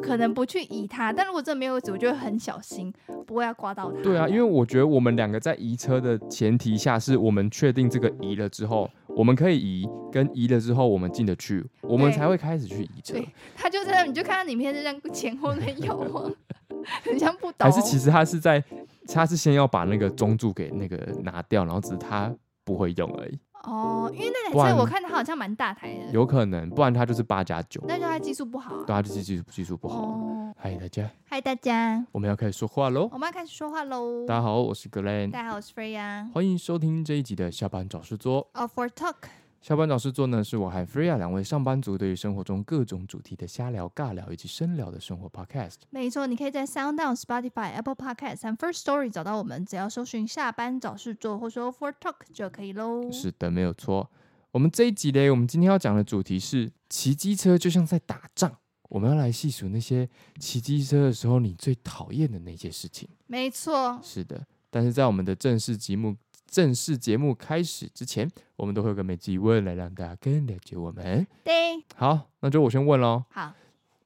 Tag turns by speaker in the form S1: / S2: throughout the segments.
S1: 可
S2: 嗯
S1: 能不去移它，但如果真的没有位置，我就会很小心，不会要刮到它。
S2: 对啊，因为我觉得我们两个在移车的前提下，是我们确定这个移了之后，我们可以移，跟移了之后我们进得去，我们
S1: 嗯对
S2: 才会开始去移车。
S1: 对，它就在那，你就看到影片是这样前后的摇晃， 很像不懂。
S2: 还是其实他是在，他是先要把那个中柱给那个拿掉，然后只是他不会用而已，
S1: 哦，因为那
S2: 不
S1: 台
S2: 然
S1: 车我看它好像蛮大台的，
S2: 有可能，不然他就是八加九，对，
S1: 那就它技术不好、啊。
S2: 他就是技术技术不好。啊
S1: 哦，
S2: 嗨，大家，
S1: 嗨大家，
S2: 我们要开始说话喽。
S1: 我们要开始说话喽。
S2: 大家好，我是 Glen，
S1: 哦大家好，我是 Freya。
S2: 欢迎收听这一集的下班找事做。
S1: All for talk，
S2: 下班找事做呢，是我和 Freya 两位上班族对于生活中各种主题的瞎聊、尬聊以及深聊的生活 Podcast。
S1: 没错，你可以在 Sound On、Spotify、Apple Podcast 和 First Story 找到我们，只要搜寻“下班找事做”或说 “for talk” 就可以喽。
S2: 是的，没有错。我们这一集嘞，我们今天要讲的主题是骑机车就像在打仗。我们要来细数那些骑机车的时候你最讨厌的那些事情。
S1: 没错，
S2: 是的，但是在我们的正式节目正式节目开始之前，我们都会有个每集问来让大家更了解我们。
S1: 对，
S2: 好，那就我先问喽。
S1: 好，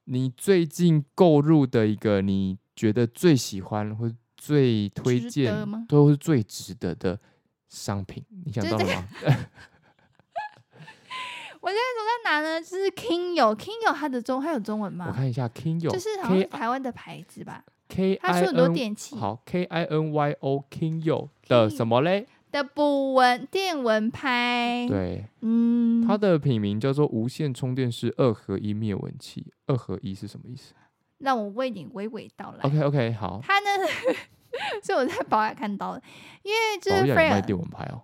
S2: 你最近购入的一个你觉得最喜欢或最推
S1: 值
S2: 荐
S1: 得吗，
S2: 都是最值得的商品，你想
S1: 就
S2: 到
S1: 是
S2: 了吗？
S1: 那哪呢？就是 King 有 King 有它的中，它有中文
S2: 我
S1: 吗？
S2: 看一下，King 有
S1: 就是好像
S2: K
S1: 是台湾的牌子吧，
S2: K
S1: 它
S2: I
S1: 出很多
S2: N
S1: 电器
S2: 好 K I N Y O King Yo 的
S1: Kinyo
S2: 什么嘞？
S1: 的捕蚊电蚊拍。，
S2: 对，
S1: 嗯，
S2: 它的品名叫做无线充电式二合一灭蚊器。二合一是什么意思
S1: 让我为你娓娓道来。
S2: ？OK OK，好，
S1: 它呢， 是我在宝雅看到的，因为就
S2: 保雅
S1: 是
S2: 有卖
S1: Freya
S2: 电蚊拍哦。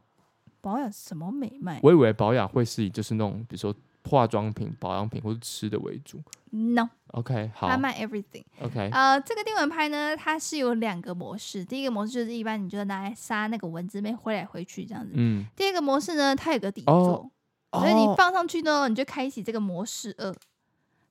S1: 宝雅什么美卖
S2: 我以为保雅会是以就是那种比如说化妆品、保养品或是吃的为主。
S1: ？No，
S2: OK，好
S1: 它卖 everything。
S2: ，OK，
S1: 呃，这个定纹拍呢，它是有两个模式。第一个模式就是一般你就拿来杀那个蚊子，被挥来挥去这样子。
S2: 嗯，
S1: 第二个模式呢，它有个底座，
S2: 哦
S1: 所以你
S2: 哦
S1: 放上去呢，你就开启这个模式二，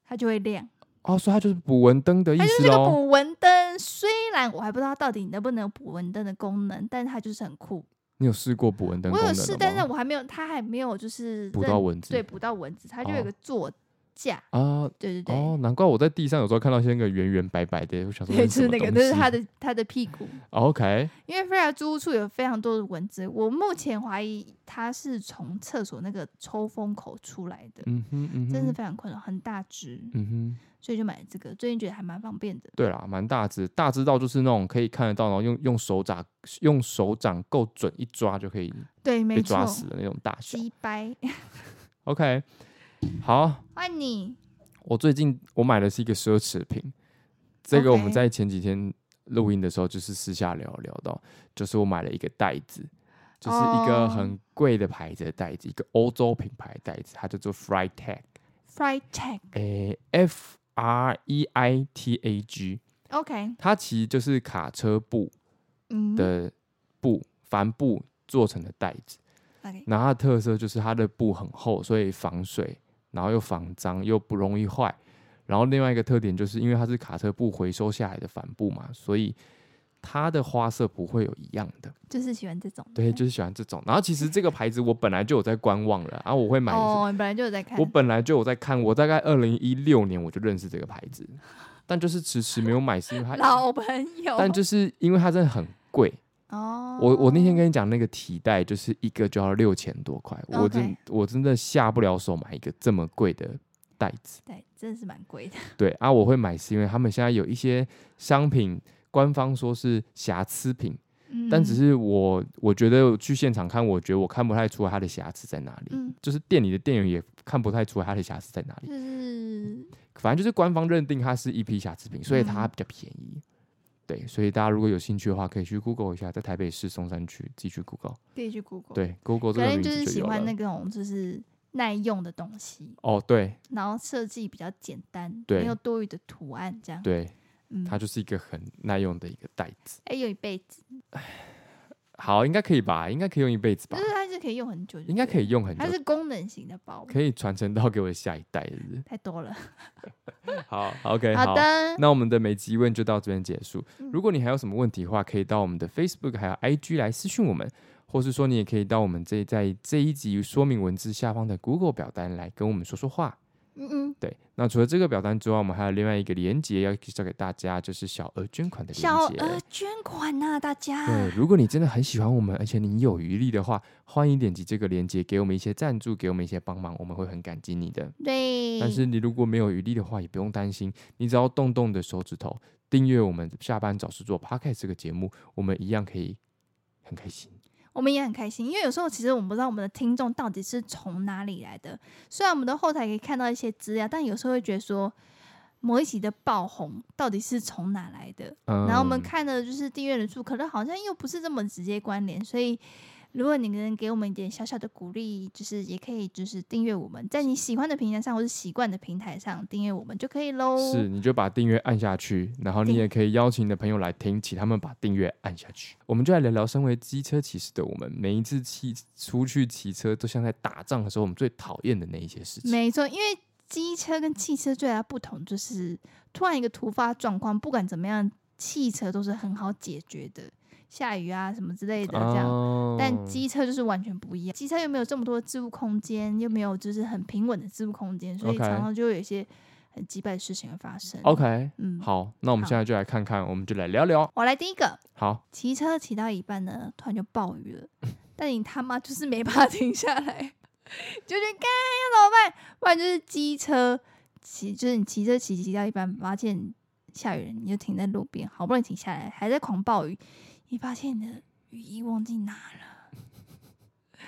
S1: 它就会亮。
S2: 哦，所以它就是捕蚊灯的意
S1: 它就是
S2: 思
S1: 这
S2: 哦
S1: 个
S2: 喽。
S1: 捕蚊灯，虽然我还不知道它到底能不能有捕蚊灯的功能，但是它就是很酷。
S2: 你有试过捕蚊灯
S1: 我
S2: 功
S1: 有
S2: 能
S1: 试，
S2: 的
S1: 但是
S2: 吗？
S1: 我还没有，它还没有就是
S2: 捕
S1: 认
S2: 到蚊
S1: 对
S2: 子
S1: 捕到蚊子，它就有一
S2: 哦
S1: 个座架。
S2: 啊，
S1: 对对对。
S2: 哦，难怪我在地上有时候看到一些那个圆圆白白的，我想说
S1: 对，就
S2: 什
S1: 是
S2: 么
S1: 那个，
S2: 东
S1: 那是
S2: 西哦
S1: 它的它的屁股。
S2: OK，
S1: 因为菲尔租屋处有非常多的蚊子，我目前怀疑它是从厕所那个抽风口出来的，
S2: 嗯哼，嗯哼，
S1: 真是非常困扰，很大只，
S2: 嗯哼，
S1: 所以就买了这个。最近觉得还蛮方便的，
S2: 对啦，蛮大只，大只到就是那种可以看得到，然后用用手掌用手掌够准一抓就可以
S1: 对，
S2: 被
S1: 没错
S2: 抓，死的那种大小。
S1: 鸡掰，
S2: OK，好，
S1: 换你，
S2: 我最近我买的是一个奢侈品，这个我们
S1: OK
S2: 在前几天录音的时候就是私下聊聊到，就是我买了一个袋子。就是一个
S1: 哦
S2: 很贵的牌子的袋子一个欧洲品牌的袋子，它叫做 Freitag，
S1: Fry Tag。
S2: 诶，F R E I T A G，
S1: OK，
S2: 它其实就是卡车布
S1: 嗯
S2: 的布帆布做成的袋子。
S1: ，OK，
S2: 然后它的特色就是它的布很厚，所以防水，然后又防脏，又不容易坏。然后另外一个特点就是因为它是卡车布回收下来的帆布嘛，所以它的花色不会有一样的。
S1: 就是喜欢这种。
S2: 对，就是喜欢这种。然后其实这个牌子我本来就有在观望了，然、后我会买的是
S1: 哦，你本来就有在看
S2: 我，本来就有在看，我大概二零一六年我就认识这个牌子，但就是迟迟没有买，是因为它，
S1: 老朋友。
S2: 但就是因为它真的很贵。
S1: 哦，
S2: 我我那天跟你讲那个提袋，就是一个就要六千多块，我真
S1: OK
S2: 我真的下不了手买一个这么贵的袋子。
S1: 对，真的是蛮贵的。
S2: 对啊，我会买是因为他们现在有一些商品。官方说是瑕疵品，
S1: 嗯
S2: 但只是我我觉得去现场看，我觉得我看不太出来它的瑕疵在哪里，
S1: 嗯，
S2: 就是店里的店员也看不太出来它的瑕疵在哪里。
S1: 就是
S2: 反正就是官方认定它是一批瑕疵品，所以它
S1: 嗯
S2: 比较便宜。对，所以大家如果有兴趣的话，可以去 Google 一下，在台北市松山区自己去 Google
S1: 可以去 Google。，
S2: 对。Google 这
S1: 可
S2: 个
S1: 能
S2: 名
S1: 就
S2: 字
S1: 是
S2: 就
S1: 喜
S2: 有了。
S1: 欢那种就是耐用的东西。
S2: 哦，对
S1: 然后设计比较简单，
S2: 对
S1: 没有多余的图案，这样。，
S2: 对，
S1: 嗯，
S2: 它就是一个很耐用的一个袋子。
S1: 哎，用一辈子，
S2: 好，应该可以吧？应该可以用一辈子
S1: 就
S2: 吧
S1: 是？它是可以用很久，
S2: 应该可
S1: 以，
S2: 以用很久
S1: 它，是功能型的包，
S2: 可以传承到给我的下一代，是不是？
S1: 太多了。
S2: 好，OK，
S1: 好的，
S2: 那我们的每集问就到这边结束。
S1: 嗯
S2: 如果你还有什么问题的话，可以到我们的 Facebook 还有 IG 来私讯我们，或是说你也可以到我们这在这一集说明文字下方的 Google 表单来跟我们说说话。
S1: 嗯嗯，
S2: 对，那除了这个表单之外，我们还有另外一个连接要介绍给大家，就是小额捐款的
S1: 小
S2: 连接。
S1: 额呃捐款呐、大家。
S2: 对，如果你真的很喜欢我们，而且你有余力的话，欢迎点击这个链接，给我们一些赞助，给我们一些帮忙，我们会很感激你的。
S1: 对，
S2: 但是你如果没有余力的话，也不用担心，你只要动动你的手指头，订阅我们下班找事做 Podcast 这个节目，我们一样可以很开心。
S1: 我们也很开心，因为有时候其实我们不知道我们的听众到底是从哪里来的。虽然我们的后台可以看到一些资料，但有时候会觉得说某一集的爆红到底是从哪来的。
S2: 嗯，
S1: 然后我们看的就是订阅人数，可能好像又不是这么直接关联，所以。如果你能给我们一点小小的鼓励，就是也可以就是订阅我们，在你喜欢的平台上或是习惯的平台上订阅我们就可以喽。
S2: 是，你就把订阅按下去，然后你
S1: 订
S2: 也可以邀请你的朋友来听，请他们把订阅按下去。我们就来聊聊，身为机车骑士的我们，每一次骑出去骑车，都像在打仗的时候，我们最讨厌的那一些事情。
S1: 没错，因为机车跟汽车最大的不同就是，突然一个突发状况，不管怎么样，汽车都是很好解决的，下雨啊什么之类的这样。
S2: 哦
S1: 但机车就是完全不一样，机车又没有这么多的置物空间，又没有就是很平稳的置物空间，所以
S2: OK
S1: 常常就会有一些很击败的事情会发生。
S2: OK，
S1: 嗯，
S2: 好，那我们
S1: 好
S2: 现在就来看看，我们就来聊聊。
S1: 我来第一个，
S2: 好，
S1: 骑车骑到一半呢，突然就暴雨了，
S2: 嗯
S1: 但你他妈就是没办法停下来，就觉得该要怎么办？不然就是机车骑，就是你骑车骑骑到一半，发现下雨了，你就停在路边，好不容易停下来，还在狂暴雨，你发现你的雨衣忘记拿了，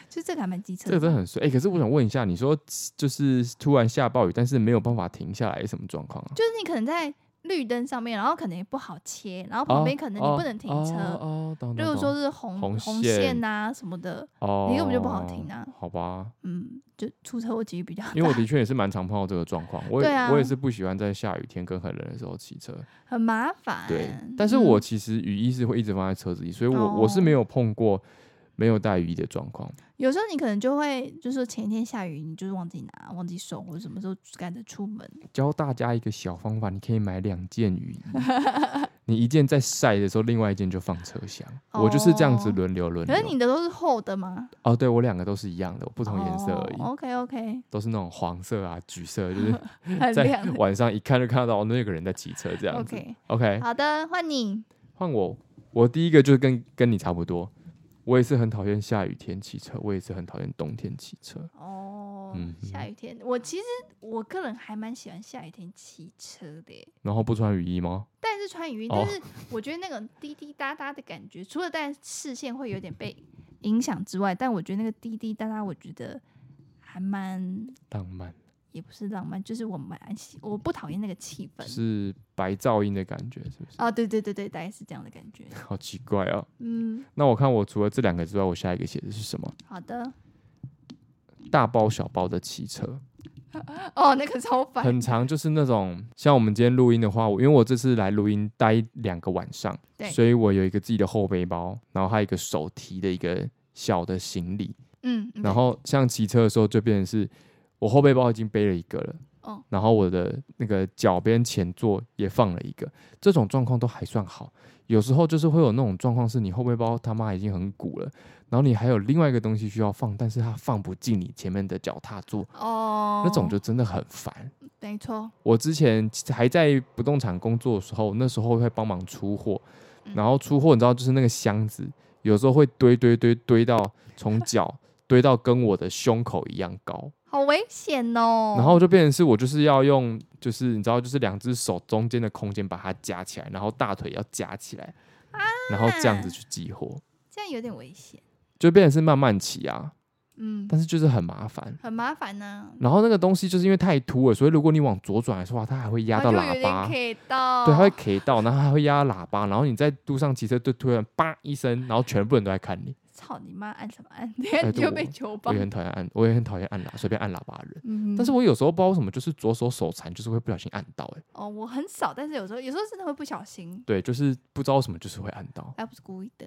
S1: 就这个还蛮机车
S2: 这
S1: 的，
S2: 个真的很衰。哎、可是我想问一下，你说就是突然下暴雨，但是没有办法停下来，是什么状况啊？
S1: 就是你可能在绿灯上面，然后可能也不好切，然后旁边可能你不能停车。
S2: 哦，哦哦懂
S1: 如
S2: 懂
S1: 果
S2: 懂
S1: 说是红
S2: 红
S1: 线
S2: 线
S1: 呐、什么的，
S2: 哦，
S1: 你根本就不好停啊
S2: 好吧，
S1: 嗯，就出车祸几率比较大，
S2: 因为我的确也是蛮常碰到这个状况，我也、
S1: 对啊
S2: 我也是不喜欢在下雨天跟很冷的时候骑车。
S1: 很麻烦。
S2: 对，但是我
S1: 嗯
S2: 其实雨衣是会一直放在车子里，所以我、我是
S1: 哦
S2: 没有碰过没有带雨衣的状况。
S1: 有时候你可能就会，就是说前一天下雨，你就是忘记拿、忘记收，或者什么时候赶着出门。
S2: 教大家一个小方法，你可以买两 件雨衣，你一件在晒的时候，另外一件就放车厢。我就是这样子
S1: 哦
S2: 轮流轮
S1: 可是你的
S2: 流。
S1: 都是厚的吗？哦
S2: 哦，对我两个都是一样的，我不同颜色而已，
S1: OK OK，
S2: 都是那种黄色啊、橘色，就是
S1: 很
S2: 在
S1: 亮。
S2: 晚上一看就看到哦那个人在骑车这样子。
S1: OK，
S2: OK，
S1: 好的，换你。
S2: 换我，我第一个就跟跟你差不多，我也是很讨厌下雨天骑车，我也是很讨厌冬天骑车。
S1: 哦，
S2: 嗯
S1: 下雨天，我其实我个人还蛮喜欢下雨天骑车的耶，
S2: 然后不穿雨衣吗？
S1: 但是穿雨衣，
S2: 哦
S1: 但是我觉得那种滴滴答答的感觉，除了但视线会有点被影响之外，但我觉得那个滴滴答答，我觉得还蛮
S2: 浪漫，
S1: 也不是浪漫，就是我蛮喜，我不讨厌那个气氛
S2: 就。是白噪音的感觉，是不是？
S1: 哦，对对对对，大概是这样的感 觉。
S2: 好奇怪啊！
S1: 嗯，
S2: 那我看我除了这两个之外，我下一个写的是什么？
S1: 好 的。
S2: 大包小包的骑车，
S1: 哦，那个超烦。
S2: 很长，就是那种像我们今天录音的话，我因为我这次来录音待两个晚上，
S1: 对
S2: 所以我有一个自己的后背包，然后还有一个手提的一个小的行李，
S1: 嗯，嗯
S2: 然后像骑车的时候，就变成是我后背包已经背了一个了，
S1: 哦
S2: 然后我的那个脚边前座也放了一个，这种状况都还算好。有时候就是会有那种状况，是你后背包他妈已经很鼓了，然后你还有另外一个东西需要放，但是它放不进你前面的脚踏座，
S1: 哦，
S2: 那种就真的很烦。
S1: 没错。
S2: 我之前还在不动产工作的时候，那时候会帮忙出货，
S1: 嗯
S2: 然后出货你知道就是那个箱子，有时候会堆堆堆堆到 从脚堆到跟我的胸口一样高，
S1: 好危险哦。
S2: 然后就变成是我就是要用就是你知道就是两只手中间的空间把它夹起来，然后大腿要夹起来，
S1: 啊
S2: 然后这样子去激活，
S1: 这样有点危险。
S2: 就变成是慢慢骑啊，
S1: 嗯，
S2: 但是就是很麻烦。
S1: 很麻烦呢、
S2: 然后那个东西就是因为太凸了，所以如果你往左转的话，它还会压
S1: 然
S2: 到
S1: 后就
S2: 喇
S1: 有
S2: 叭
S1: 点。K 到。
S2: 对，它会 K 到，然后还会压喇叭，然后你在路上骑车，就突然叭一声，然后全部人都在看你。
S1: 操你妈，按什么按？等一下你
S2: 哎对
S1: 就
S2: 我
S1: 被球
S2: 我
S1: 棒
S2: 也。很讨厌按，我也很讨厌按喇，随便按喇叭的人。
S1: 嗯
S2: 但是我有时候不知道为什么，就是左手手残，就是会不小心按到、欸。
S1: 哦，我很少，但是有时候有时候真的会不小心，
S2: 对，就是不知道为什么，就是会按到。
S1: 哎，不是故意的。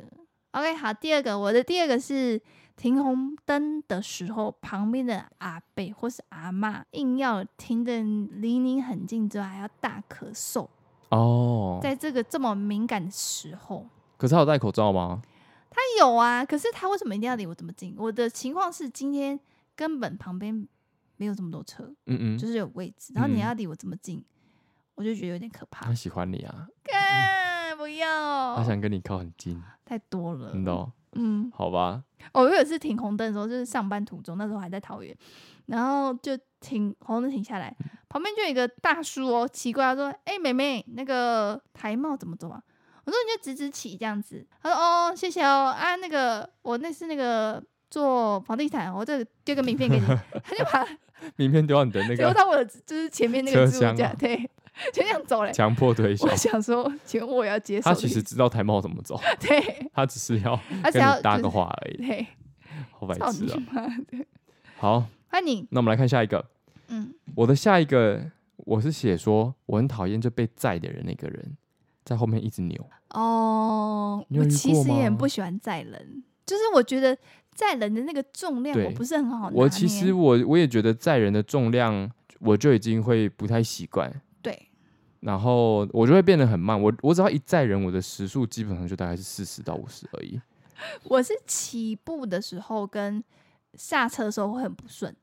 S1: OK，好，第二个，我的第二个是停红灯的时候，旁边的阿伯或是阿嬷硬要停的离你很近之外，还要大咳嗽，
S2: 哦，
S1: 在这个这么敏感的时候，哎
S2: 可是他有戴口罩吗？
S1: 他有啊，可是他为什么一定要离我这么近？我的情况是今天根本旁边没有这么多车，
S2: 嗯
S1: 就
S2: 嗯，
S1: 是有位置，然后
S2: 嗯
S1: 你要离我这么近，我就觉得有点可怕
S2: 他。喜欢你啊，
S1: 干、不要
S2: 他，想跟你靠很近，
S1: 太多了。
S2: 真的哦，
S1: 哦嗯，
S2: 好吧，
S1: 哦我有一次停红灯的时候，就是上班途中，那时候还在桃园，然后就停红灯停下来，
S2: 嗯
S1: 旁边就有一个大叔哦，奇怪，他说：“哎、妹妹，那个台帽怎么走啊？”我说：“你就直直起这样子。”他说：“哦，谢谢哦啊，那个我那是那个做房地产，我这个丢个名片给你。” 他就把
S2: 名片丢到你的那
S1: 丢
S2: 个
S1: 到我的就是前面那个
S2: 车
S1: 置
S2: 厢
S1: 物架，
S2: 啊
S1: 对，就这样走嘞。
S2: 强迫推销
S1: 我，想说，请问我要接受
S2: 他
S1: 你？
S2: 其实知道台猫怎么走，
S1: 对，
S2: 他只是要
S1: 他只
S2: 跟
S1: 要
S2: 你搭
S1: 就
S2: 个
S1: 是
S2: 话而已，
S1: 对，
S2: 好白
S1: 操
S2: 痴
S1: 你
S2: 啊！
S1: 妈的！
S2: 好，
S1: 那你，
S2: 那我们来看下一个，
S1: 嗯，
S2: 我的下一个我是写说我很讨厌就被载的人那个人，在后面一直扭，
S1: 哦，
S2: 你有
S1: 我
S2: 遇
S1: 其
S2: 过
S1: 实也很
S2: 吗
S1: 不喜欢载人，就是我觉得载人的那个重量，我
S2: 对
S1: 不是很好拿捏。
S2: 我其实我我也觉得载人的重量我就已经会不太习惯，
S1: 对，
S2: 然后我就会变得很慢。我我只要一载人，我的时速基本上就大概是四十到五十而已。
S1: 我是起步的时候跟下车的时候会很不顺，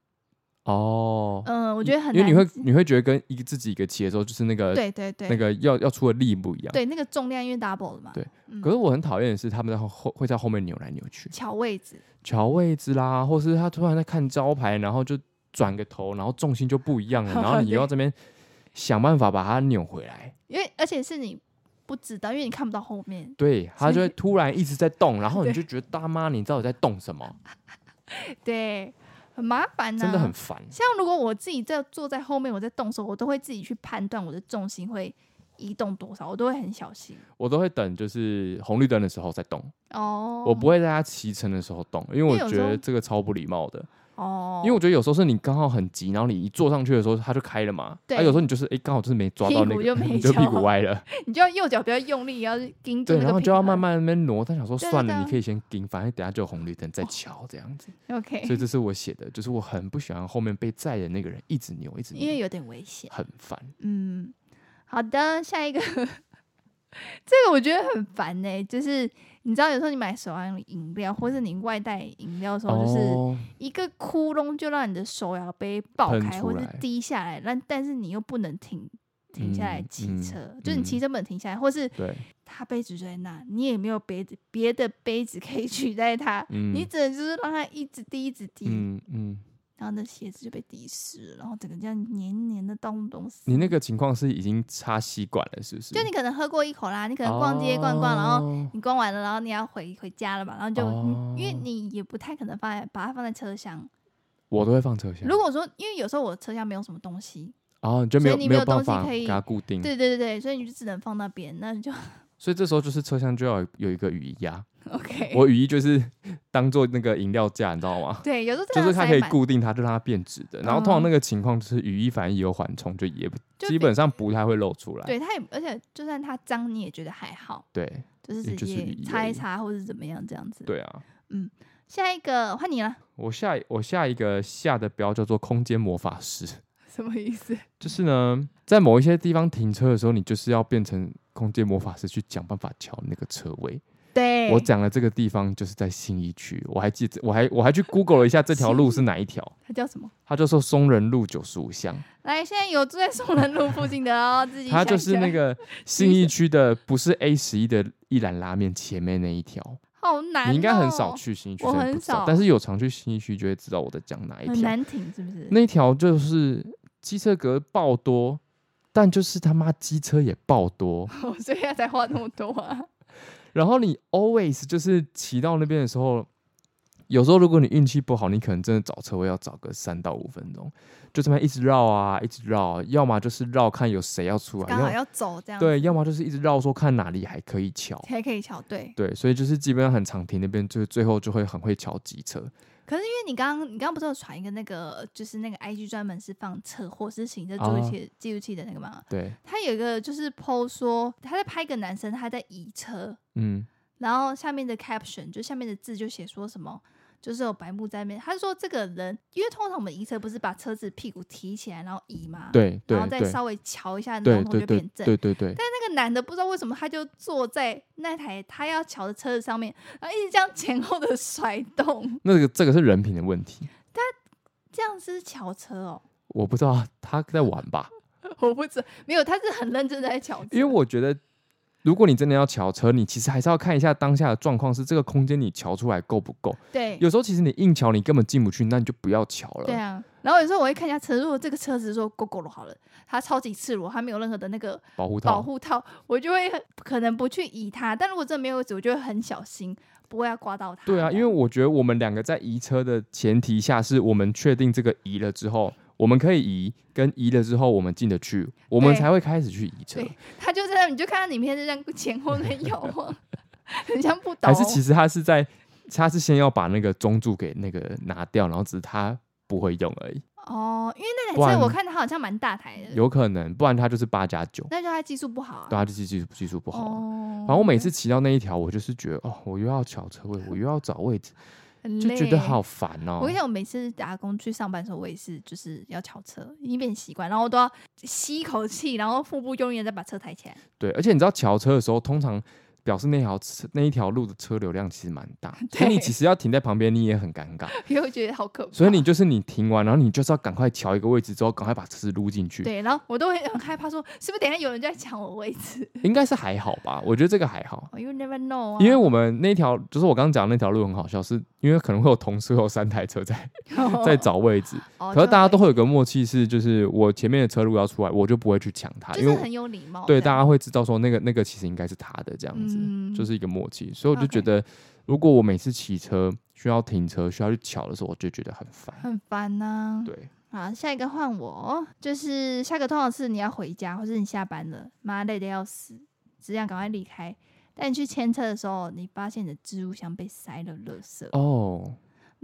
S2: 哦，
S1: 嗯，我觉得很
S2: 因
S1: 难，
S2: 为你会你会觉得跟一个自己一个骑的时候，就是那个
S1: 对对对，
S2: 那个要要出的力不一样。
S1: 对那个重量因为 double 了嘛，
S2: 对
S1: 嗯，
S2: 可是我很讨厌的是，他们在后后会在后面扭来扭去，
S1: 抢位置，
S2: 瞧位置啦，或是他突然在看招牌，然后就转个头，然后重心就不一样了，然后你
S1: 对
S2: 又要这边想办法把它扭回来。
S1: 因为而且是你不知道，因为你看不到后面，
S2: 对，他就
S1: 所
S2: 会
S1: 以
S2: 突然一直在动，然后你
S1: 对
S2: 就觉得大妈，你到底在动什么？
S1: 对，很麻烦啊呐、
S2: 真的很烦。
S1: 像如果我自己在坐在后面，我在动的时候，我都会自己去判断我的重心会移动多少，我都会很小心。
S2: 我都会等就是红绿灯的时候再动，
S1: 哦，
S2: 我不会在他骑乘的时候动，因为
S1: 因
S2: 我
S1: 为有
S2: 觉
S1: 时候
S2: 得这个超不礼貌的。
S1: 哦，
S2: 因为我觉得有时候是你刚好很急，然后你一坐上去的时候它就开了嘛，
S1: 对
S2: 啊，有时候你就是哎刚、好就是没抓到
S1: 屁
S2: 那
S1: 股
S2: 个，
S1: 就没
S2: 你就屁
S1: 抓
S2: 股歪了，
S1: 你就要右脚比较用力，要去盯住
S2: 对，
S1: 那
S2: 然后
S1: 个
S2: 就要
S1: 平
S2: 慢
S1: 衡。
S2: 慢那边挪，但想说
S1: 对啊
S2: 算
S1: 对
S2: 了，
S1: 啊哦
S2: 你可以先盯，反正等下就有红绿灯再瞧这样子。
S1: OK，
S2: 所以这是我写的，就是我很不喜欢后面被载的那个人一直扭，一直
S1: 因为
S2: 扭，
S1: 有点危险。
S2: 很烦。
S1: 嗯，好的，下一个， 这个我觉得很烦呢、就是你知道，有时候你买手摇饮料，或是你外带饮料的时候，就是
S2: 哦，
S1: 一个窟窿就让你的手摇杯爆
S2: 喷
S1: 开
S2: 出
S1: 或是
S2: 来
S1: 滴下来，但但是你又不能停停下来
S2: 嗯
S1: 骑
S2: 嗯
S1: 车，就是你骑
S2: 嗯
S1: 车不能停下来，或是
S2: 对，
S1: 它杯子就在那，你也没有别的别的杯子可以取代它，
S2: 嗯，
S1: 你只能就是让它一直滴一直滴，
S2: 嗯嗯，
S1: 然后那鞋子就被滴湿了，然后整个这样黏黏的东东死。
S2: 你那个情况是已经插吸管了，是不是？
S1: 就你可能喝过一口啦，你可能逛街逛逛，然后
S2: 后
S1: 你逛完了，然后你要回回家了嘛，然后就、嗯因为
S2: 哦哦
S1: 你也不太可能放在把它放在车厢。
S2: 我都会放车厢，
S1: 如果说因为有时候我车厢没有什么东西，
S2: 哦你就没有
S1: 所以你没
S2: 没
S1: 有
S2: 有办
S1: 东西
S2: 法
S1: 可以
S2: 给它固定，
S1: 对对对对，所以你就只能放那边，那你就
S2: 所以这时候就是车厢就要有有一个雨衣啊，
S1: OK。
S2: 我雨衣就是当做那个饮料架，你知道吗？
S1: 对，有时候
S2: 就
S1: 真的
S2: 是
S1: 要
S2: 它
S1: 塞
S2: 可以
S1: 满哦
S2: 固定它，就让它变直的。然后通常那个情况就是雨衣反应有缓冲，就也不
S1: 就
S2: 基
S1: 比
S2: 本上不太会露出来。
S1: 对它也，而且就算它脏，你也觉得还好，
S2: 对
S1: 就是
S2: 也
S1: 直
S2: 就是
S1: 接
S2: 雨衣
S1: 擦
S2: 而
S1: 一
S2: 已
S1: 擦或者怎么样这样子。
S2: 对啊！
S1: 下一个换你了，
S2: 我下我下一个下的标叫做空间魔法师，
S1: 什么意 思？
S2: 就是呢，在某一些地方停车的时候，你就是要变成空间魔法师去想办法瞧那个车位。
S1: 对，
S2: 我讲的这个地方就是在信义区，我还记得，我还我还去 Google 了一下这条路是哪一条，
S1: 它叫什么？
S2: 他就说松仁路九十五巷。
S1: 来，现在有住在松仁路附近的哦，自己
S2: 它
S1: 想
S2: 就
S1: 一
S2: 是
S1: 下
S2: 那个信义区的，不是 A 十一的一兰拉面前面那一条。
S1: 好难、哦，
S2: 你应该很少去信义区，
S1: 我
S2: 所以
S1: 很
S2: 不知道
S1: 少
S2: 但是有常去信义区就会知道我在讲哪一
S1: 很
S2: 条。
S1: 难停，是不是？
S2: 那一条就是机车格爆多，但就是他妈机车也爆多。
S1: 所以他才画那么多啊。
S2: 然后你 always 就是骑到那边的时候，有时候如果你运气不好，你可能真的找车位要找个三到五分钟，就这么一直绕啊，一直绕，要么就是绕看有谁要出来，
S1: 刚好
S2: 要
S1: 要走这样，，
S2: 对，要么就是一直绕说看哪里还可以巧。
S1: 才可以瞧对。
S2: 对，所以就是基本上很常停那边，就是最后就会很会瞧机车。
S1: 可是因为你刚刚你刚刚不是有传一个那个，就是那个 IG 专门是放车祸事情的记
S2: 哦
S1: 录器记录器的那个吗？
S2: 对，
S1: 他有一个就是 PO 说他在拍一个男生他在移车，
S2: 嗯，
S1: 然后下面的 caption 就下面的字就写说什么。就是有白目在那边，他说这个人，因为通常我们移车不是把车子屁股提起来然后移嘛，，
S2: 对对
S1: 然后再
S2: 对
S1: 稍微瞧一下，
S2: 对
S1: 然后
S2: 对
S1: 就变正。
S2: 对对对对，
S1: 那个男的不知道为什么他就坐在那台他要瞧的车子 上面，然后一直这样前后的甩动，
S2: 那个这个是人品的问题。
S1: 这样是巧车哦，
S2: 我不知道他在
S1: 嗯
S2: 玩吧，
S1: 我不知没有，他是很认真地在巧车，
S2: 因为我觉得，如果你真的要瞧车，你其实还是要看一下当下的状况，是这个空间你瞧出来够不够。
S1: 对
S2: 有时候其实你硬瞧，你根本进不去，那你就不要瞧了。
S1: 对啊，然后有时候我会看一下车，如果这个车子说 GO GO 了好了，它超级赤裸，它没有任何的那个
S2: 保护
S1: 保
S2: 套，
S1: 护套，我就会很可能不去移它。但如果真的没有位置，我就会很小心，不会要刮到它。
S2: 对啊，因为我觉得我们两个在移车的前提下，是我们确定这个移了之后，我们可以移，跟移了之后我们进得去，我们
S1: 对
S2: 才会开始去移车。
S1: 对它就在那，你就看它里面就这样前后 在摇晃，很像不哦懂。
S2: 还是其实他是在，他是先要把那个中柱给那个拿掉，然后只是他不会用而已，
S1: 哦，因为那
S2: 不
S1: 台
S2: 然
S1: 车我看它好像蛮大台的，
S2: 有可能，不然他就是八加九，
S1: 嗯那就它技术不好啊。
S2: 对，他就技术技术不好啊。
S1: 哦，
S2: 然后我每次骑到那一条，我就是觉得哦，我又要找车位，我又要找位置，
S1: 很
S2: 就觉得
S1: 累
S2: 好烦哦。
S1: 我跟你讲，我每次打工去上班的时候，我也是就是要翘车，已经变习惯，然后我都要吸一口气，然后腹部用力地再把车抬起来。
S2: 对，而且你知道桥车的时候，通常表示那条车那一条路的车流量其实蛮 大，所以你
S1: 对
S2: 其实要停在旁边，你也很尴尬。
S1: 因为我觉得好可怕。
S2: 所以你就是你停完，然后你就是要赶快调一个位置之后，赶快把车子撸进去。
S1: 对，然后我都会很害怕说，是不是等一下有人就在抢我位置？
S2: 应该是还好吧？我觉得这个还好，
S1: 哦 you never know 啊，
S2: 因为我们那条就是我刚刚讲的那条路很好笑，是因为可能会有同时会有三台车在 在找位置，
S1: 哦，
S2: 可是大家都
S1: 会，
S2: 会有个默契是，就是我前面的车如果要出来，我就不会去抢它，
S1: 就
S2: 因为
S1: 是
S2: 我
S1: 很有礼貌这
S2: 对
S1: 样，
S2: 大家会知道说那个那个其实应该是他的这样子。
S1: 嗯，
S2: 就是一个默契。所以我就
S1: OK
S2: 觉得，如果我每次骑车需要停车、需要去瞧的时候，我就觉得很烦。
S1: 嗯很烦呐、
S2: 对，
S1: 好，下一个换我，就是下一个通常是你要回家，或是你下班了，妈累得要死，只想赶快离开。但你去牵车的时候，你发现你的置物箱被塞了垃圾，
S2: 哦，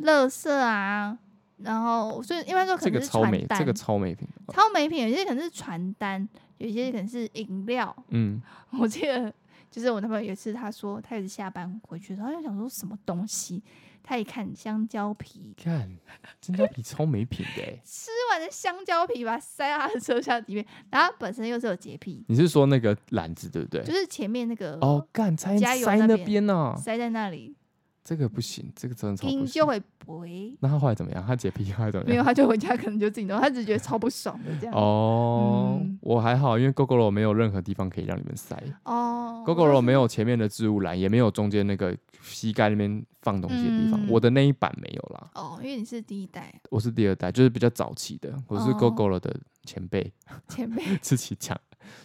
S1: 垃圾啊，然后所以一般说可
S2: 哦这个
S1: 能是
S2: 超
S1: 传
S2: 美，
S1: 单，
S2: 这个超美品。
S1: 超没品，有些可能是传单，有些可能是饮料，
S2: 嗯，
S1: 我记得就是我男朋友有一次，他说他有一次下班回去的时候，他就想说什么东西，他一看香蕉皮，
S2: 看真胶皮超美品的欸、
S1: 吃完的香蕉皮把它塞到他的车厢里面，然后他本身又是有洁癖，
S2: 你是说那个篮子对不对？
S1: 就是前面那个
S2: 哦，干塞
S1: 加油
S2: 塞
S1: 那
S2: 那
S1: 边
S2: 边啊呢、
S1: 塞在那里，
S2: 这个不行，这个真的超不
S1: 音就
S2: 行。
S1: 会break
S2: 那他后来怎么样？他洁癖后来怎么
S1: 没有，
S2: 样？
S1: 他就回家可能就自己弄，他只觉得超不爽的这样。
S2: 哦，
S1: 嗯
S2: 我还好，因为 GoGoRo 没有任何地方可以让你们塞。
S1: 哦
S2: GoGoRo 没有前面的置物篮，也没有中间那个膝盖那边放东西的地方。
S1: 嗯
S2: 我的那一版没有啦。
S1: 哦，因为你是第一代啊
S2: 我是第二代，就是比较早期的，我是
S1: 哦
S2: GoGo 了的前辈、
S1: 前辈，
S2: 自己讲，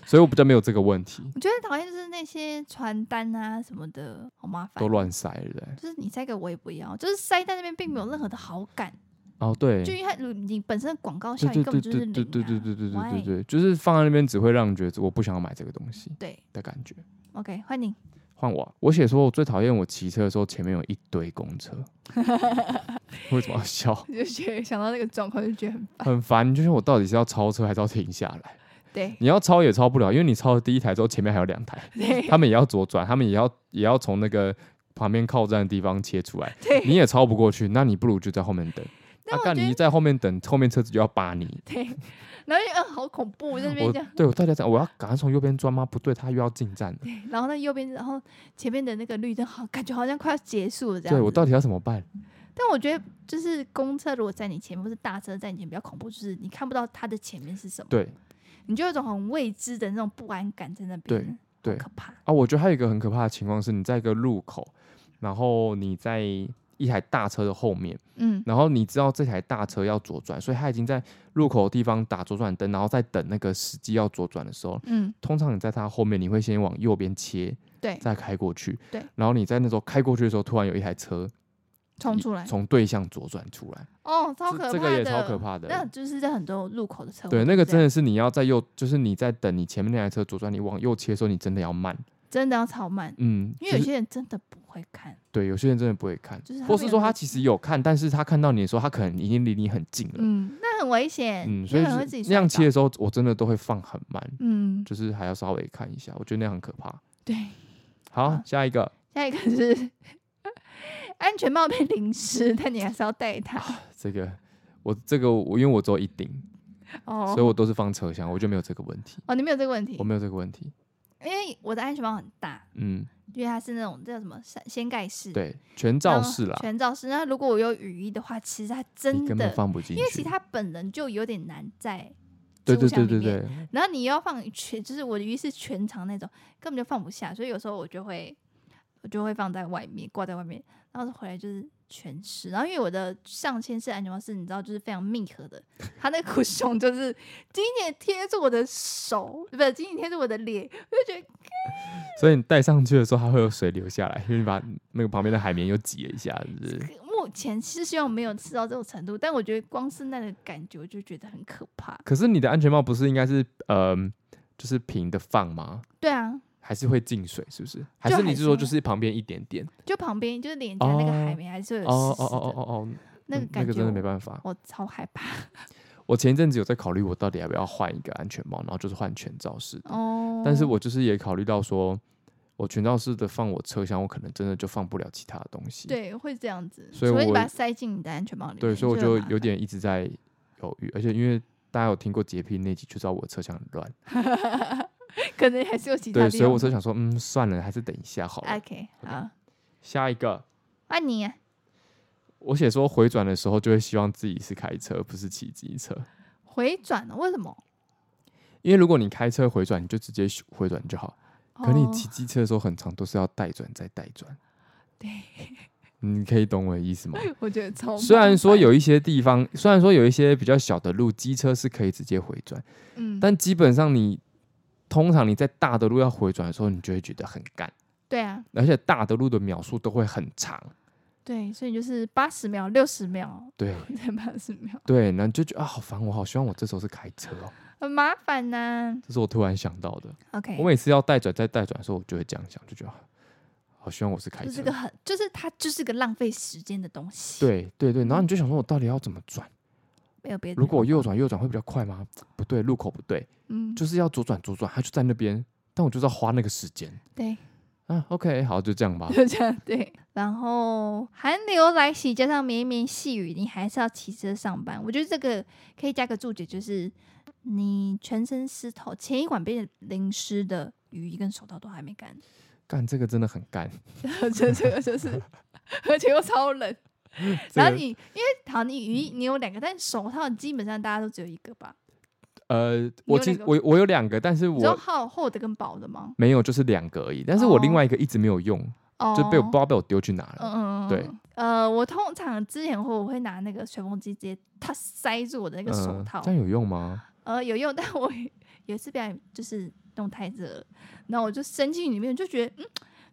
S2: 所以我比较没有这个问题，
S1: 我觉得讨厌就是那些传单啊什么的，好麻烦
S2: 都。乱塞，欸对不对？
S1: 就是你塞给我也不要，就是塞在那边并没有任何的好感。
S2: 哦，对，
S1: 就
S2: 对
S1: 因为它你本身的广告效
S2: 对
S1: 应
S2: 对
S1: 根本
S2: 对
S1: 就是
S2: 对
S1: 零、啊，
S2: 对对对对对对
S1: why？
S2: 对，就是放在那边只会让你觉得我不想要买这个东西
S1: 对
S2: 的感觉。
S1: OK，欢迎。
S2: 换我啊、我写说我最讨厌我骑车的时候前面有一堆公 车，为什么要笑？
S1: 我 就觉得想到那个状况就觉得很
S2: 很烦，就是我到底是要超车还是要停下来？
S1: 对
S2: 你要超也超不了，因为你超了第一台之后，前面还有两 台。
S1: 对
S2: 他们也要左转，他们也要也要从那个旁边靠站的地方切出来，
S1: 对
S2: 你也超不过去，那你不如就在后面 等。
S1: 但
S2: 那
S1: 我
S2: 啊干、
S1: 觉
S2: 你
S1: 得
S2: 一在后面等，后面车子就要扒你。
S1: 对，然后就嗯好恐怖，在那边
S2: 我
S1: 这样，
S2: 对我大家讲，我要赶快从右边钻吗？不对，他又要进站了。
S1: 对然后那右边，然后前面的那个绿灯好，感觉好像快要结束了这样
S2: 对
S1: 子。
S2: 我到底要怎么办？
S1: 但我觉得就是公车如果在你前面，或是大车在你前面比较恐怖，就是你看不到它的前面是什么，
S2: 对
S1: 你就有一种很未知的那种不安感在那边，
S2: 对对
S1: 好可怕。
S2: 啊，我觉得还有一个很可怕的情况是，你在一个路口，然后你在一台大车的后面，
S1: 嗯，
S2: 然后你知道这台大车要左转，所以他已经在路口的地方打左转灯，然后在等那个时机要左转的时候，
S1: 嗯，
S2: 通常你在它后面，你会先往右边切，
S1: 对
S2: 再开过去，
S1: 对。
S2: 然后你在那时候开过去的时候，突然有一台车
S1: 冲出来，
S2: 从对向左转出来，
S1: 哦，哎超可怕的，
S2: 这这个也超可怕
S1: 那
S2: 的。
S1: 就是在很多路口的车，
S2: 对，那个真的是你要在右，就是你在等你前面那台车左转，你往右切的时候，你真的要慢。
S1: 真的要超慢，
S2: 嗯，
S1: 因为有
S2: 就是
S1: 些人真的不会看，
S2: 对有些人真的不会看，
S1: 就是他
S2: 或
S1: 没
S2: 是
S1: 有
S2: 说
S1: 那
S2: 他
S1: 个
S2: 其实有看，但是他看到你的时候，他可能已经离你很近了。
S1: 嗯，那很危险，
S2: 嗯，
S1: 有
S2: 所以
S1: 可能
S2: 就
S1: 会自己
S2: 是那样
S1: 摔
S2: 切
S1: 倒，
S2: 的时候，我真的都会放很慢，
S1: 嗯，
S2: 就是还要稍微看一下，我觉得那样很可怕。
S1: 对。
S2: 好
S1: 啊，
S2: 下一个，
S1: 下一个是安全帽被淋湿，但你还是要戴它
S2: 这个我这个我因为我只有一顶， 所以
S1: 哦。
S2: 我都是放车厢，我就没有这个问题，
S1: 哦，你没有这个问题
S2: 我，没有这个问题。
S1: 因为我的安全帽很大，
S2: 嗯，
S1: 因为它是那种叫什么掀掀盖式，，
S2: 对，全罩式啦，
S1: 全罩式。那如果我有雨衣的话，其实它真
S2: 你根
S1: 的
S2: 本，放不进去。
S1: 因为其实它本人就有点难在
S2: 对对
S1: 猪箱
S2: 对
S1: 里
S2: 对
S1: 面
S2: 对，
S1: 然后你又要放全，就是我的鱼是全长那种，根本就放不下，所以有时候我就会我就会放在外面，挂在外面，然后回来就是全湿。然后因为我的上千式安全帽是你知道就是非常密合的，它那个 c u 就是紧紧地贴住我的手，不是紧紧地贴住我的脸，我就觉得
S2: 所以你戴上去的时候，它会有水流下来，因为你把那个旁边的海绵又挤了一下，是不是？
S1: 目前其实希望没有吃到这种程度，但我觉得光是那个感觉我就觉得很可怕。
S2: 可是你的安全帽不是应该是呃，就是平的放吗？
S1: 对啊，
S2: 还是会进水，是不是？还
S1: 就是
S2: 你
S1: 还
S2: 是说
S1: 是
S2: 就是旁边一点点？
S1: 就旁边就是脸颊那个海绵还是会有
S2: 哦
S1: 湿
S2: 哦哦
S1: 湿
S2: 哦
S1: 的，
S2: 哦哦，
S1: 那个感
S2: 那
S1: 觉
S2: 个真的没
S1: 我
S2: 办法。
S1: 我超害怕。
S2: 我前一阵子有在考虑，我到底要不要换一个安全帽，然后就是换全罩式的。
S1: 哦，
S2: 但是我就是也考虑到说，我全罩式的放我车厢，我可能真的就放不了其他的东西。
S1: 对会这样子，
S2: 所以
S1: 除非你
S2: 我
S1: 把它塞进你的安全帽里面。
S2: 对，所以我
S1: 很
S2: 就
S1: 麻
S2: 有
S1: 烦
S2: 点一直在犹豫，而且因为大家有听过洁癖那集，就知道我车厢很乱，
S1: 可能还是有其哎他
S2: 对，
S1: 地
S2: 所以我
S1: 方
S2: 就想说，嗯，算了，还是等一下好了。
S1: OK 好，
S2: 下一个，
S1: 换你啊
S2: 我写说回转的时候，就会希望自己是开车，不是骑机车，
S1: 回转了，为什么？
S2: 因为如果你开车回转，你就直接回转就好。可你
S1: 哦
S2: 骑机车的时候，很长都是要带转再带转。
S1: 对，
S2: 你可以懂我的意思吗？
S1: 我觉得超
S2: 虽
S1: 麻
S2: 然说
S1: 烦，
S2: 有一些地方，虽然说有一些比较小的路，机车是可以直接回转，
S1: 嗯，
S2: 但基本上你通常你在大的路要回转的时候，你就会觉得很干，
S1: 对啊，
S2: 而且大的路的秒数都会很长。
S1: 对，所以就是八十秒、六十秒，
S2: 对
S1: 再八十秒，
S2: 对，然后你就觉得啊，好烦，我好希望我这时候是开车哦。
S1: 很麻烦呐。
S2: 这是我突然想到的。
S1: OK，
S2: 我每次要带转再带转的时候，我就会这样想，就觉得好希望我是开
S1: 就是
S2: 车
S1: 个。很，就是它就是个浪费时间的东西。，
S2: 对对
S1: 嗯
S2: 对，然后你就想说，我到底要怎么转？
S1: 没有别的。
S2: 如果我右转右转会比较快吗？不对，路口不对，
S1: 嗯，
S2: 就是要左转左转，它就在那边，但我就是要花那个时间
S1: 对，。
S2: 啊。OK，好，就这样吧
S1: 就这样对。然后寒流来袭，加上绵绵细雨，你还是要骑车上班。我觉得这个可以加个注解，就是你全身湿透，前一晚被淋湿的雨衣跟手套都还没干，
S2: 干这个真的很干，
S1: 这这个就是， 而且又超冷。
S2: 这
S1: 然后
S2: 个
S1: 你因为好，你雨衣你有两个，但手套基本上大家都只有一个吧？
S2: 呃，我
S1: 有
S2: 其
S1: 两
S2: 实
S1: 个
S2: 我我有两个，但是
S1: 你知道
S2: 我
S1: 厚厚的跟薄的吗？
S2: 没有，就是两个而已。但是我另
S1: 哦
S2: 外一个一直没有用，
S1: 哦，
S2: 就被我不知道被我丢去哪了。
S1: 嗯嗯，嗯
S2: 对。
S1: 呃，我通常之前会我会拿那个吹风机直接它塞住我的那个手
S2: 嗯
S1: 套，
S2: 这样有用吗？
S1: 呃，有用， 但我有一次表演就是弄太热了，然后我就伸进里面，就觉得嗯，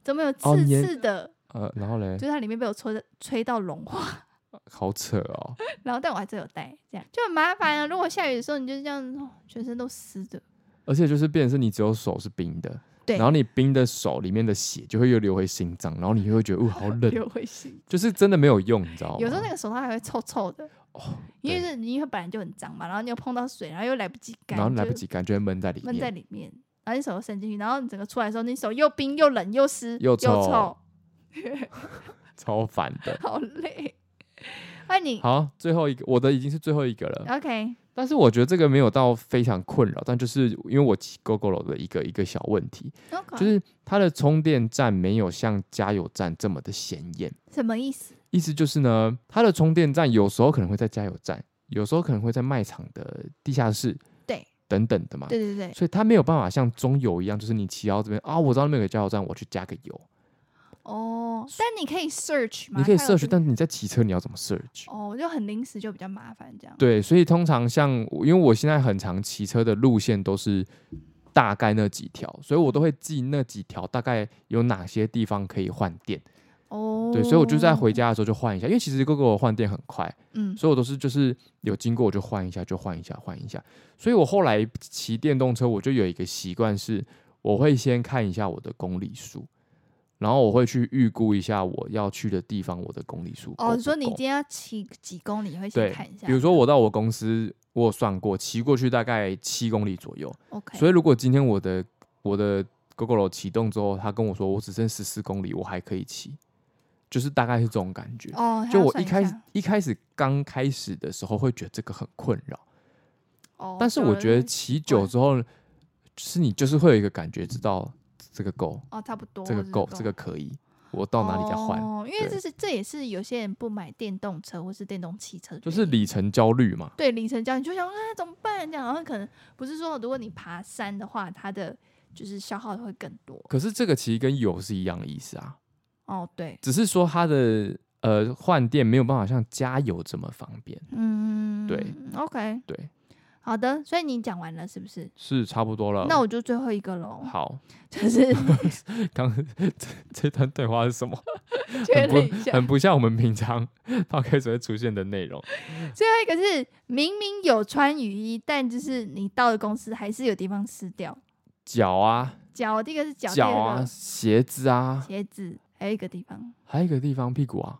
S1: 怎么有
S2: 哦
S1: 刺
S2: 你也
S1: 刺的？
S2: 呃，然后嘞
S1: 嗯就，是它里面被我吹的吹到融化，
S2: 好扯哦。
S1: 然后但我还是有带，这样就很麻烦啊。如果下雨的时候，你就这样，哦全身都湿的。
S2: 而且就是变成是你只有手是冰的，
S1: 对
S2: 然后你冰的手里面的血就会又流回心脏，然后你又会觉得，哦，好冷，
S1: 流回心。
S2: 就是真的没有用，你知道吗？
S1: 有时候那个手套还会臭臭的，
S2: 哦
S1: 因为
S2: 对
S1: 是因为本来就很脏嘛，然后你又碰到水，然后又来不及干，
S2: 然后来
S1: 就
S2: 不及干，就会闷在里面，
S1: 闷在里面，然后你手又伸进去，然后你整个出来的时候，你手又冰又冷又湿
S2: 又臭
S1: 臭，
S2: 超烦 的。
S1: 好累。那你
S2: 好，最后一个，我的已经是最后一个了，
S1: OK，
S2: 但是我觉得这个没有到非常困扰，但就是因为我骑 GoGo 的一个一个小问题，就
S1: 就是
S2: 它的充电站没有像加油站这么的显眼。
S1: 什么意思？
S2: 意思就是呢，它的充电站有时候可能会在加油站，有时候可能会在卖场的地下室，
S1: 对，
S2: 等等的嘛。
S1: 对对对，
S2: 所以它没有办法像中油一样，就是你骑到这边啊，我知道那边有个加油站，我去加个油。
S1: 哦，但你可以 search 吗？
S2: 你可以
S1: 它有
S2: search，但你在骑车你要怎么 search？
S1: 哦，就很临时就比较麻烦这样。
S2: 对，所以通常像我因为我现在很常骑车的路线都是大概那几条，所以我都会记那几条大概有哪些地方可以换电。
S1: 哦，
S2: 对，所以我就在回，家的时候就换一下，因为其实 GoGo 我换电很快，
S1: 嗯，
S2: 所以我都是就是有经过我就换一下，就换一下，换一下。所以我后来骑电动车，我就有一个习惯是，我会先看一下我的公里数，然后我会去预估一下我要去的地方我的公里数够不够。
S1: 哦，你说你今天要骑几公里，你会先
S2: 对
S1: 看一下，
S2: 比如说我到我公司，我有算过，骑过去大概七公里左右。
S1: OK，
S2: 所以如果今天我的我的 GoGo 启动之后，他跟我说我只剩十四公里，我还可以骑，就是大概是这种感觉。
S1: 哦，还
S2: 就
S1: 要
S2: 我
S1: 算
S2: 一开始
S1: 下，
S2: 一开始刚开始的时候会觉得这个很困扰，
S1: 哦，
S2: 但是我觉得骑久之后，就是你就是会有一个感觉，知道这个够，
S1: 哦，差不多
S2: 这个够，这个可以，我到哪里再换，
S1: 哦、因为
S2: 对
S1: 这是这也是有些人不买电动车或是电动汽车的原因，
S2: 就是里程焦虑嘛。
S1: 对里程焦虑，你就想啊怎么办？这样然后可能不是说如果你爬山的话，它的就是消耗会更多。
S2: 可是这个其实跟油是一样的意思啊，
S1: 哦，对，
S2: 只是说它的呃换电没有办法像加油这么方便。
S1: 嗯，
S2: 对
S1: ，OK，
S2: 对，
S1: 好的，所以你讲完了是不是？
S2: 是差不多了。
S1: 那我就最后一个喽，
S2: 好，
S1: 就是
S2: 刚 这这段对话是什么？
S1: 确
S2: 很
S1: 认一下
S2: 不，很不像我们平常 podcast 会出现的内容。
S1: 最后一个是明明有穿雨衣，但就是你到了公司还是有地方湿掉。
S2: 脚啊，
S1: 脚，第一个是脚，
S2: 脚啊，
S1: 第
S2: 鞋子
S1: 二个
S2: 啊，
S1: 鞋子，还有一个地方
S2: 还有一个地方屁股啊。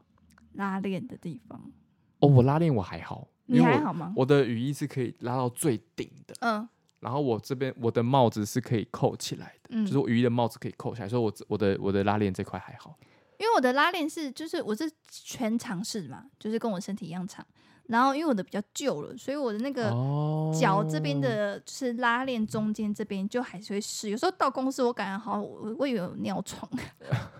S1: 拉链的地方。
S2: 哦，我拉链我还好，
S1: 嗯你
S2: 因为
S1: 还
S2: 我
S1: 好吗？
S2: 我的雨衣是可以拉到最顶的，
S1: 嗯
S2: 然后我这边我的帽子是可以扣起来的，
S1: 嗯，
S2: 就是我雨衣的帽子可以扣起来，所以我我的我的拉链这块还好。
S1: 因为我的拉链是就是我是全长式嘛，就是跟我身体一样长。然后因为我的比较旧了，所以我的那个
S2: 哦
S1: 脚这边的，就是拉链中间这边就还是会湿。有时候到公司我感觉好像我我以为有尿床，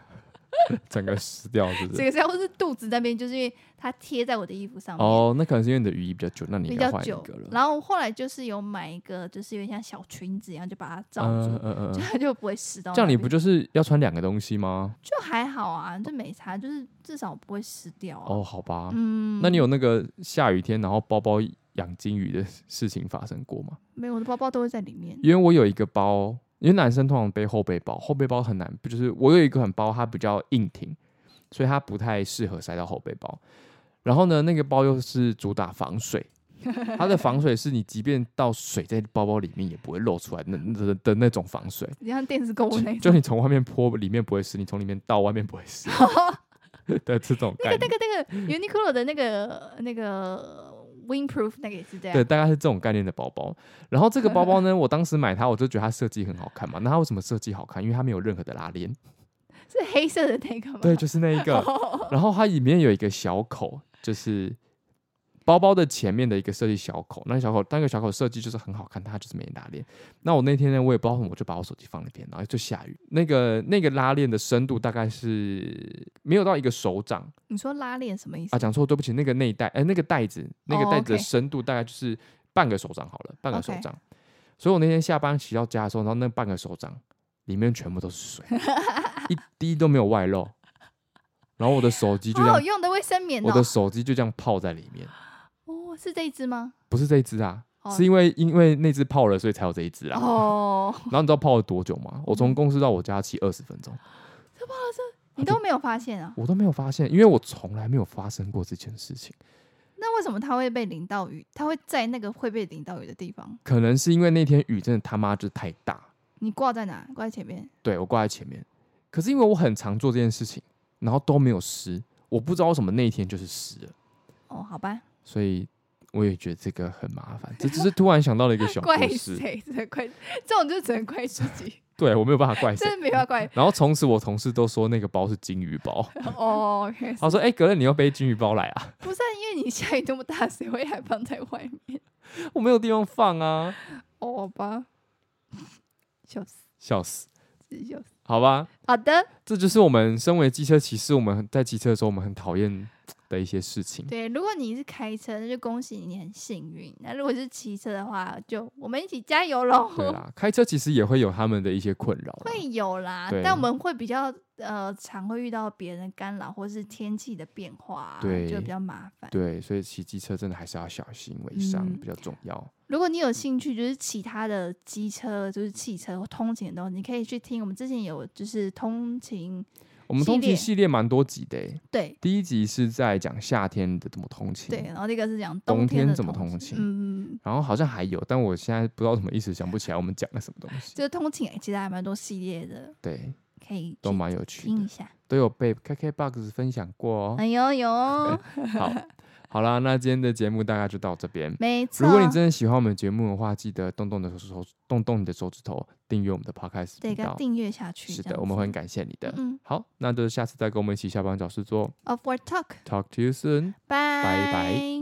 S2: 整个湿掉，是不
S1: 这
S2: 是？
S1: 个是或是肚子那边，就是因为它贴在我的衣服上面。
S2: 哦，那可能是因为你的雨衣比较久，那你
S1: 比
S2: 应该
S1: 较
S2: 换一
S1: 久
S2: 个，了。嗯
S1: 然后后来就是有买一个，就是有点像小裙子一样，就把它罩住，
S2: 嗯嗯嗯
S1: 这
S2: 嗯，
S1: 样就不会湿到那边。
S2: 这样你不就是要穿两个东西吗？
S1: 就还好啊，就没差，就是至少不会湿掉、啊。
S2: 哦，好吧，
S1: 嗯，
S2: 那你有那个下雨天然后包包养金鱼的事情发生过吗？
S1: 没有？我的包包都会在里面。
S2: 因为我有一个包，因为男生通常背后背包，后背包很难，就是我有一款包，它比较硬挺，所以它不太适合塞到后背包。然后呢，那个包又是主打防 水，它的防水是你即便到水在包包里面也不会漏出来的那的的那种防水，
S1: 你像电子购物那
S2: 就
S1: 种，
S2: 你从外面泼里面不会湿，你从里面倒外面不 会湿的这种概
S1: 那个
S2: 念。
S1: 那个那个 Uniqlo 的那个那个 windproof 那个也是这样。
S2: 对，大概是这种概念的包包。然后这个包包呢，我当时买它，我就觉得它设计很好看嘛。那它为什么设计好看？因为它没有任何的拉链，
S1: 是黑色的那个吗？
S2: 对，就是那一个。然后它里面有一个小口，就是包包的前面的一个设计小口。那个小口，那个小口设计就是很好看，它就是没拉链。那我那天呢，我也不知道为什么，我就把我手机放那边，然后就下雨。那个那个拉链的深度大概是没有到一个手掌
S1: 你说拉链什么意思？
S2: 啊，讲错，对不起，那个内袋，哎，那个袋子，那个
S1: 哦
S2: 袋子的
S1: OK
S2: 深度大概就是半个手掌好了，半个手
S1: OK
S2: 掌。所以我那天下班骑到家的时候，然后那半个手掌里面全部都是水， 一滴都没有外露。然后我的手机就
S1: 好
S2: 这样
S1: 好，用的卫生棉哦。
S2: 我的手机就这样泡在里面，
S1: 哦，是这一只吗？
S2: 不是这一只啊，
S1: 哦
S2: 是因为因为那只泡了，所以才有这一只啊。
S1: 哦， 嗯
S2: 然后你知道泡了多久吗？我从公司到我家骑二十分钟，
S1: 你都没有发现啊？
S2: 我都没有发现，因为我从来没有发生过这件事情。
S1: 那为什么它会被淋到雨？它会在那个会被淋到雨的地方？
S2: 可能是因为那天雨真的他妈就是太大，
S1: 你挂在哪？挂在前面。
S2: 对我挂在前面。可是因为我很常做这件事情，然后都没有湿，我不知道为什么那一天就是湿了，
S1: 哦，好吧，
S2: 所以我也觉得这个很麻烦。这只是突然想到了一个小
S1: 怪
S2: 故事，
S1: 谁？只能怪这种就只能怪自己，
S2: 对我没有办法怪谁
S1: 真。的没法怪。
S2: 然后从此我同事都说那个包是金鱼 包，
S1: 哦，原来是
S2: 他说：“哎、格伦，你要背金鱼包来啊？
S1: 不是啊因为你下雨那么大，谁会还放在外面？
S2: 我没有地方放啊，
S1: 哦，好吧，笑死，
S2: 笑死，
S1: 真笑死。
S2: 好吧。”
S1: 好的，
S2: 这就是我们身为机车骑士，我们很在骑车的时候，我们很讨厌的一些事情。
S1: 对，如果你是开车，那就恭喜你，你很幸运。那如果是骑车的话，就我们一起加油喽。
S2: 对啦，开车其实也会有他们的一些困扰啦。
S1: 会有啦
S2: 对，
S1: 但我们会比较呃，常会遇到别人的干扰或是天气的变化啊、
S2: 对
S1: 就比较麻烦。
S2: 对，所以骑机车真的还是要小心为上，
S1: 嗯
S2: 比较重要。
S1: 如果你有兴趣，就是其他的机车，就是汽车或通勤的东西，你可以去听。我们之前有就是通勤，
S2: 我们
S1: 系
S2: 通勤
S1: 列
S2: 系列蛮多集的欸、
S1: 对
S2: 第一集是在讲夏天的怎么通勤，
S1: 对，然后那个是讲
S2: 冬天
S1: 的
S2: 怎么
S1: 通
S2: 通勤
S1: 嗯，
S2: 然后好像还有，但我现在不知道怎么一时想不起来我们讲了什么东 西。
S1: 就是通勤、哎其实还蛮多系列的，
S2: 对，
S1: 可以
S2: 都
S1: 去
S2: 蛮有趣
S1: 听一
S2: 的，
S1: 下。
S2: 都有被 KKBOX 分享过哦。
S1: 哎呦呦，
S2: 好，好啦，那今天的节目大概就到这边。
S1: 没错。
S2: 如果你真的喜欢我们的节目的话，记得动动你的手手，动动你的手指头，订阅我们的 podcast
S1: 对，
S2: 频
S1: 给它
S2: 道。
S1: 订阅下去。
S2: 是
S1: 这
S2: 的，
S1: 样
S2: 我们
S1: 子
S2: 会很感谢你的。
S1: 嗯
S2: 好，那就下次再跟我们一起下班找事做。
S1: 嗯，Of Word Talk，
S2: Talk to you soon.
S1: 拜
S2: 拜。